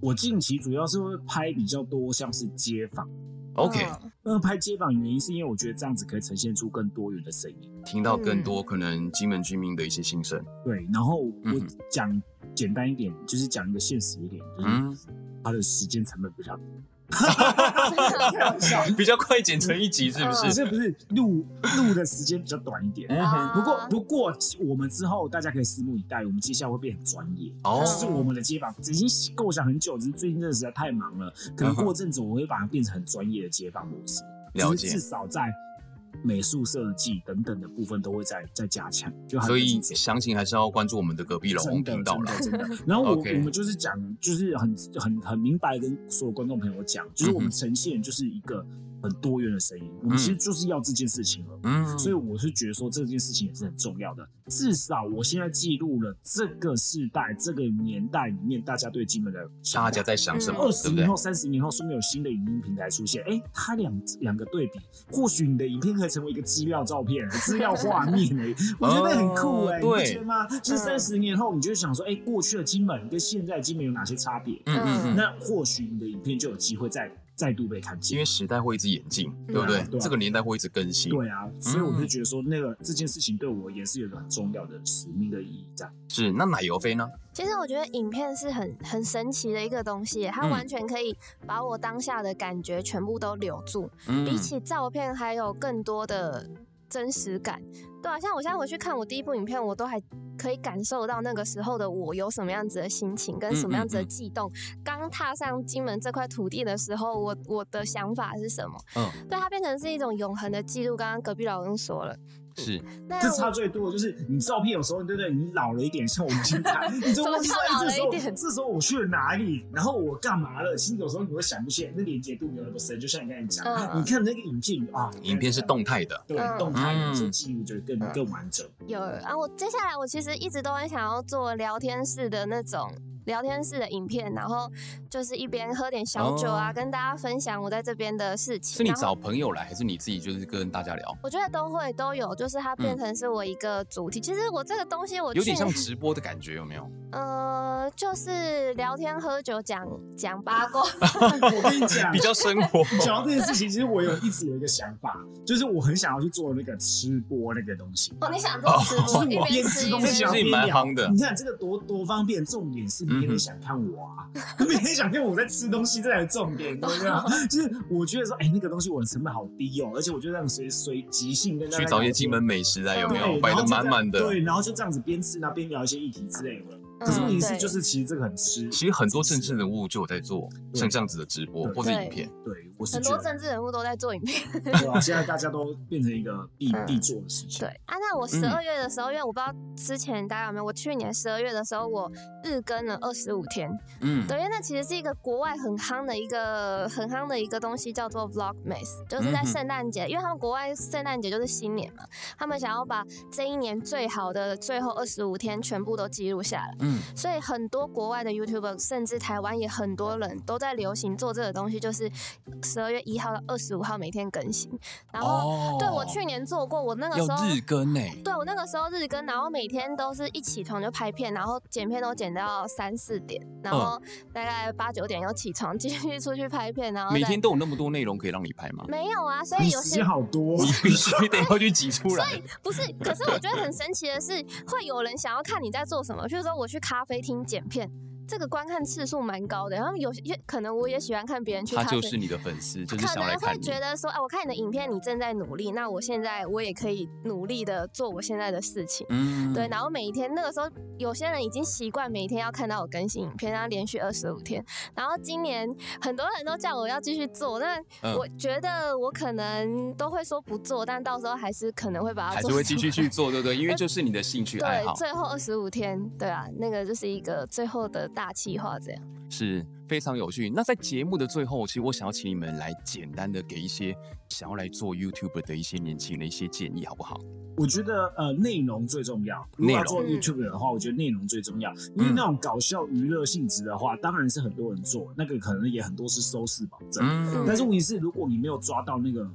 我近期主要是会拍比较多像是街访， ？OK，、嗯那拍街访原因是因为我觉得这样子可以呈现出更多元的声音。听到更多嗯可能金门居民的一些心声。对，然后嗯我哼讲简单一点，就是讲一个现实一点，就是嗯，它的时间成本比较低。嗯 <laughs> 比较快剪成一集是不可是？是哦不是录录的时间比较短一点？嗯哼不啊过不过我们之后大家可以拭目以待，我们接下来会变很专业。哦就是我们的街访已经构想很久，只是最近真的实在太忙了，可能过阵子我会把它变成很专业的街访模式。嗯了只解是至少在美术设计等等的部分都会再再加强，就很所以精致详情还是要关注我们的隔壁老真红的频道了。真的 <laughs> 真的。然后我 OK 我们就是讲，就是很很很明白地跟所有观众朋友讲，就是我嗯们哼呈现就是一个很多元的声音，我们其实就是要这件事情了。嗯，所以我是觉得说这件事情也是很重要的，至少我现在记录了这个世代、这个年代里面大家对金门的想大法家在想什么，二对十嗯不对年后、？三十年后，说不定有新的影音平台出现，哎、它两两个对比，或许你的影片可以成为一个资料照片、资料 <laughs> 画面、哎，我觉得那很酷哦哎、你不对觉得吗？就是嗯三十年后，你就会想说，哎、过去的金门跟现在的金门有哪些差别？嗯嗯嗯，那或许你的影片就有机会再再度被看因见为。时代会一直演进，对不对啊对？对啊这个年代会一直更新，对啊，所以我就嗯觉得说，那个这件事情对我也是有一个很重要的使命的意义在。是。那奶油飞呢？其实我觉得影片是很很神奇的一个东西耶，它嗯完全可以把我当下的感觉全部都留住，嗯比起照片还有更多的真实感。对啊，像我现在回去看我第一部影片，我都还可以感受到那个时候的我有什么样子的心情，跟什么样子的嗯嗯嗯悸动。刚踏上金门这块土地的时候，我我的想法是什么？嗯，对，它变成是一种永恒的记录。刚刚隔壁老公说了，是那这我差最多的就是你照片有时候对不对？你老了一点，像我们现 <laughs> 在，你就忘记说什么叫哎这时老候了一点这时候我去了哪里，然后我干嘛了？其实有时候你会想不起来，那连接度没有那么深。就像你刚才讲，嗯你看那个影片啊，影片是动态的，对嗯动态嗯的，所以记录就更嗯 <laughs> 更完整。有啊，我接下来我其实一直都很想要做聊天室的那种聊天室的影片，然后就是一边喝点小酒啊，哦跟大家分享我在这边的事情。是你然后找朋友来，还是你自己就是跟大家聊？我觉得都会都有，就是它变成是我一个主题。其实我这个东西我有去点像直播的感觉，有没 <laughs> 有？呃，就是聊天、喝酒、讲讲八卦。 <laughs> 我跟你讲比，较生活。讲 <laughs> 到这件事情，其实我有一直有一个想法，就是我很想要去做那个吃播那个东西。哦，你想做直播，就是一我边边吃吃一东边西，啊其然后聊实边也蛮聊夯的你看这个多多方便，重点是嗯没人想看我啊，没人想看我在吃东西，这才是重点，对不对？就是我觉得说，哎，那个东西我的成本好低哦，而且我就这样随随即性跟大家去找一些聊天金门美食来，有没对有摆然的后就这样满满的？对，然后就这样子边吃然后边聊一些议题之类的。嗯可是问题是，对就是其实这个很吃，其实很多政治人物就有在做对像这样子的直播对或者嗯对影片，对，我是很觉多得，政治人物都在做影片。对 <laughs> 啊，现在大家都变成一个必嗯必做的事情。对啊，那我嗯十二月的时候，因为我不知道之前大家有没有，我去年十二月的时候，我日更了二十五天。嗯，对，因为那其实是一个国外很夯的一个很夯的一个东西，叫做 Vlogmas，就是在嗯哼圣诞节，因为他们国外圣诞节就是新年嘛，他们想要把这一年最好的最后二十五天全部都记录下来。嗯，所以很多国外的 YouTuber，甚至台湾也很多人都在流行做这个东西，就是十二月一号到二十五号每天更新。然后，哦对我去年做过，我那个时候要日更欸呢、对我那个时候日更，然后每天都是一起床就拍片，然后剪片都剪到三四点，然嗯后大概八九点又起床继续出去拍片，然后每再天都有那么多内容可以让你拍吗？ <laughs> 没有啊，所你以有时些间好多哦你，必须得要去挤出来。不是，可是我觉得很神奇的是，会有人想要看你在做什么，譬如说我去咖啡厅剪片。这个观看次数蛮高的，然后有些可能我也喜欢看别人去他咖啡，就是你的粉丝，就是可想要来能看会你。觉得说，哎、我看你的影片，你正在努力，那我现在我也可以努力的做我现在的事情。嗯对，然后每一天那个时候，有些人已经习惯每天要看到我更新影片，然后连续二十五天。然后今年很多人都叫我要继续做，但嗯我觉得我可能都会说不做，但到时候还是可能会把它还做是出来。会继续去做，对不 <laughs> 对？因为就是你的兴趣爱对好，最后二十五天，对啊，那个就是一个最后的大计划这样。是非常有趣。那在节目的最后，其实我想要请你们来简单的给一些想要来做 YouTube 的一些年轻人的一些建议，好不好？我觉得呃内容最重要。如果要做内容 YouTube 的话，我觉得内容最重要，因为嗯那种搞笑娱乐性质的话，当然是很多人做，那个可能也很多是收视保证。嗯嗯但是问题是，如果你没有抓到那个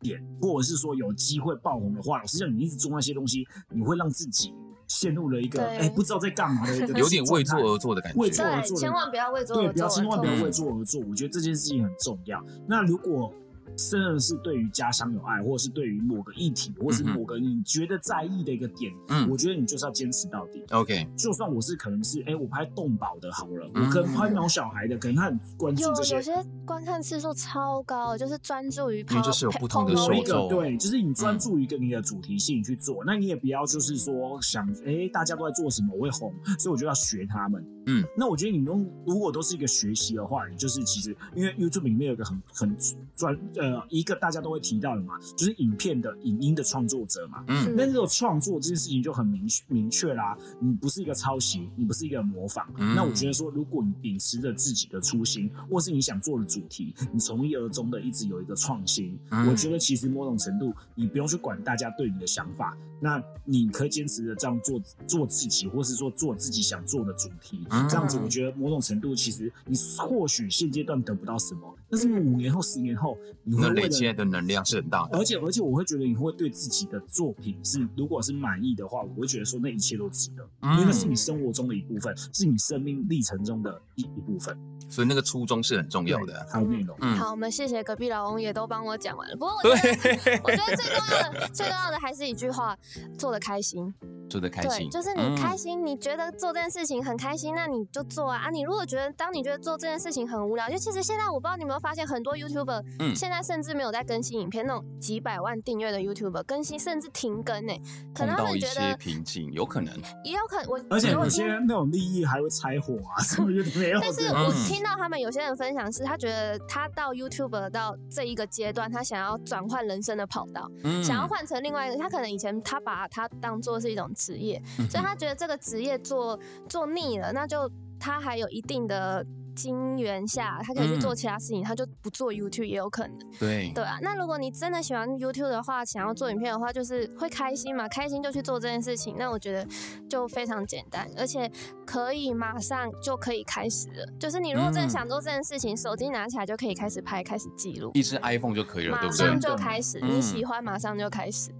点，或者是说有机会爆红的话，老实讲，你一直做那些东西，你会让自己陷入了一个对哎、不知道在干嘛的 <laughs> 一个有点为做状态而做的感为觉做。对了，做了千万不要为做对，而不要做千而万不痛。要为做而做，我觉得这件事情很重要。那如果真的是对于家乡有爱，或者是对于某个议题，或是嗯哼某个你觉得在意的一个点，嗯我觉得你就是要坚持到底。 OK，就算我是可能是哎、我拍动保的好了，嗯我可能拍毛小孩的，可能他很关有注这些有。些观看次数超高，就是专注于因为就是有不同的受某一众啊个对，就是你嗯专注于跟你的主题性去做，那你也不要就是说想，哎、大家都在做什么，我会红，所以我就要学他们。嗯，那我觉得你用如果都是一个学习的话，你就是其实因为 YouTube 里面有一个很很专呃一个大家都会提到的嘛，就是影片的影音的创作者嘛。嗯那这种创作这件事情就很明明确啦，你不是一个抄袭，你不是一个模仿。嗯那我觉得说，如果你秉持着自己的初心，或是你想做的主题，你从一而终的一直有一个创新，嗯我觉得其实某种程度，你不用去管大家对你的想法，那你可以坚持着这样做做自己，或是说做自己想做的主题。嗯这样子，我觉得某种程度，其实你或许现阶段得不到什么，但是嗯五年后、十年后，你会那为累了积的能量是很大的。而且而且我会觉得你会对自己的作品是，如果是满意的话，我会觉得说那一切都值得，嗯因嗯为那是你生活中的一部分，是你生命历程中的一一部分。所以那个初衷是很重要的。啊还有内容。嗯，好，我们谢谢隔壁老翁也都帮我讲完了。不过我觉得，对，我觉得最重要的、最重要的还是一句话：做的开心。做的开对，心，就是嗯你开心，你觉得做这件事情很开心，那你就做啊。啊，你如果觉得当你觉得做这件事情很无聊，就其实现在我不知道你有没有发现，很多 YouTuber、嗯现在甚至没有在更新影片，那种几百万订阅的 YouTuber 更新甚至停更呢、可碰能他到们一觉些得瓶颈，有可能。也有可能我，而且我有听些那种利益还会拆伙啊，什么有点没有的。但是嗯我听到他们有些人分享是，他觉得他到 YouTube 到这一个阶段，他想要转换人生的跑道，嗯想要换成另外一个。他可能以前他把它当做是一种职嗯业，所以他觉得这个职业做做腻了，那就他还有一定的。金源下，他可以去嗯做其他事情，他就不做 YouTube 也有可能。对，对啊，那如果你真的喜欢 YouTube 的话，想要做影片的话，就是会开心嘛，开心就去做这件事情。那我觉得就非常简单，而且可以马上就可以开始了。就是你如嗯果真的想做这件事情，手机拿起来就可以开始拍，开始记录，一只 iPhone 就可以了，对马不上对？就开始。嗯你喜欢马上就开始。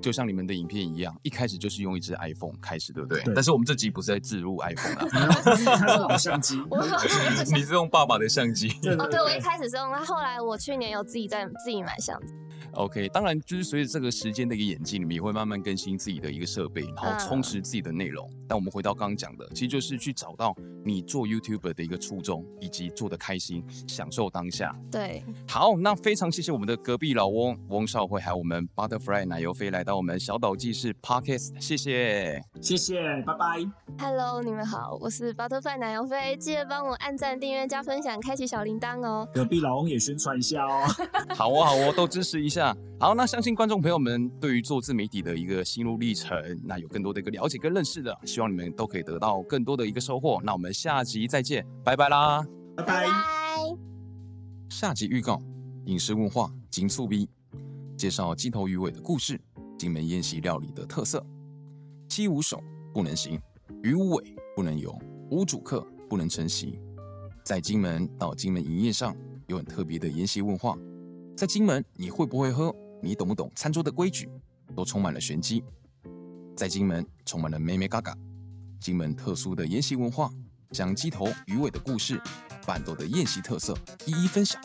就像你们的影片一样，一开始就是用一只 iPhone 开始，对不对？对但是我们这集不是在自 <laughs> 入 iPhone 啊，他是老相机，我你是用爸爸的相机。对哦， <laughs> 对，我一开始是用，那后来我去年有自己在自己买相机， OK，当然就是随着这个时间的一个演进，你们也会慢慢更新自己的一个设备，然后充实自己的内容。但我们回到刚刚讲的，其实就是去找到你做 YouTuber 的一个初衷，以及做的开心，享受当下。对，好，那非常谢谢我们的隔壁老翁翁少辉，还有我们 Butterfly 奶油飞来到我们小岛记事 Podcast，谢谢。谢谢，拜拜。 Hello，你们好，我是 Butterfly 奶油飞，记得帮我按赞、订阅、加分享、开启小铃铛哦。隔壁老翁也宣传一下哦。 <laughs> 好哦，好哦，都支持一下。好，那相信观众朋友们对于做自媒体的一个心路历程，那有更多的一个了解跟认识的，希望你们都可以得到更多的一个收获。那我们下集再见，拜拜啦。拜拜拜。拜。下集预告：饮食文化金醋逼，介绍鸡头鱼尾的故事，金门宴席料理的特色。鸡无手不能行，鱼无尾不能游，无主客不能成席。在金门到金门营业上有很特别的宴席文化，在金门你会不会喝，你懂不懂餐桌的规矩，都充满了玄机。在金门充满了妹妹嘎嘎，金门特殊的宴席文化，将鸡头鱼尾的故事、板豆的宴席特色一一分享。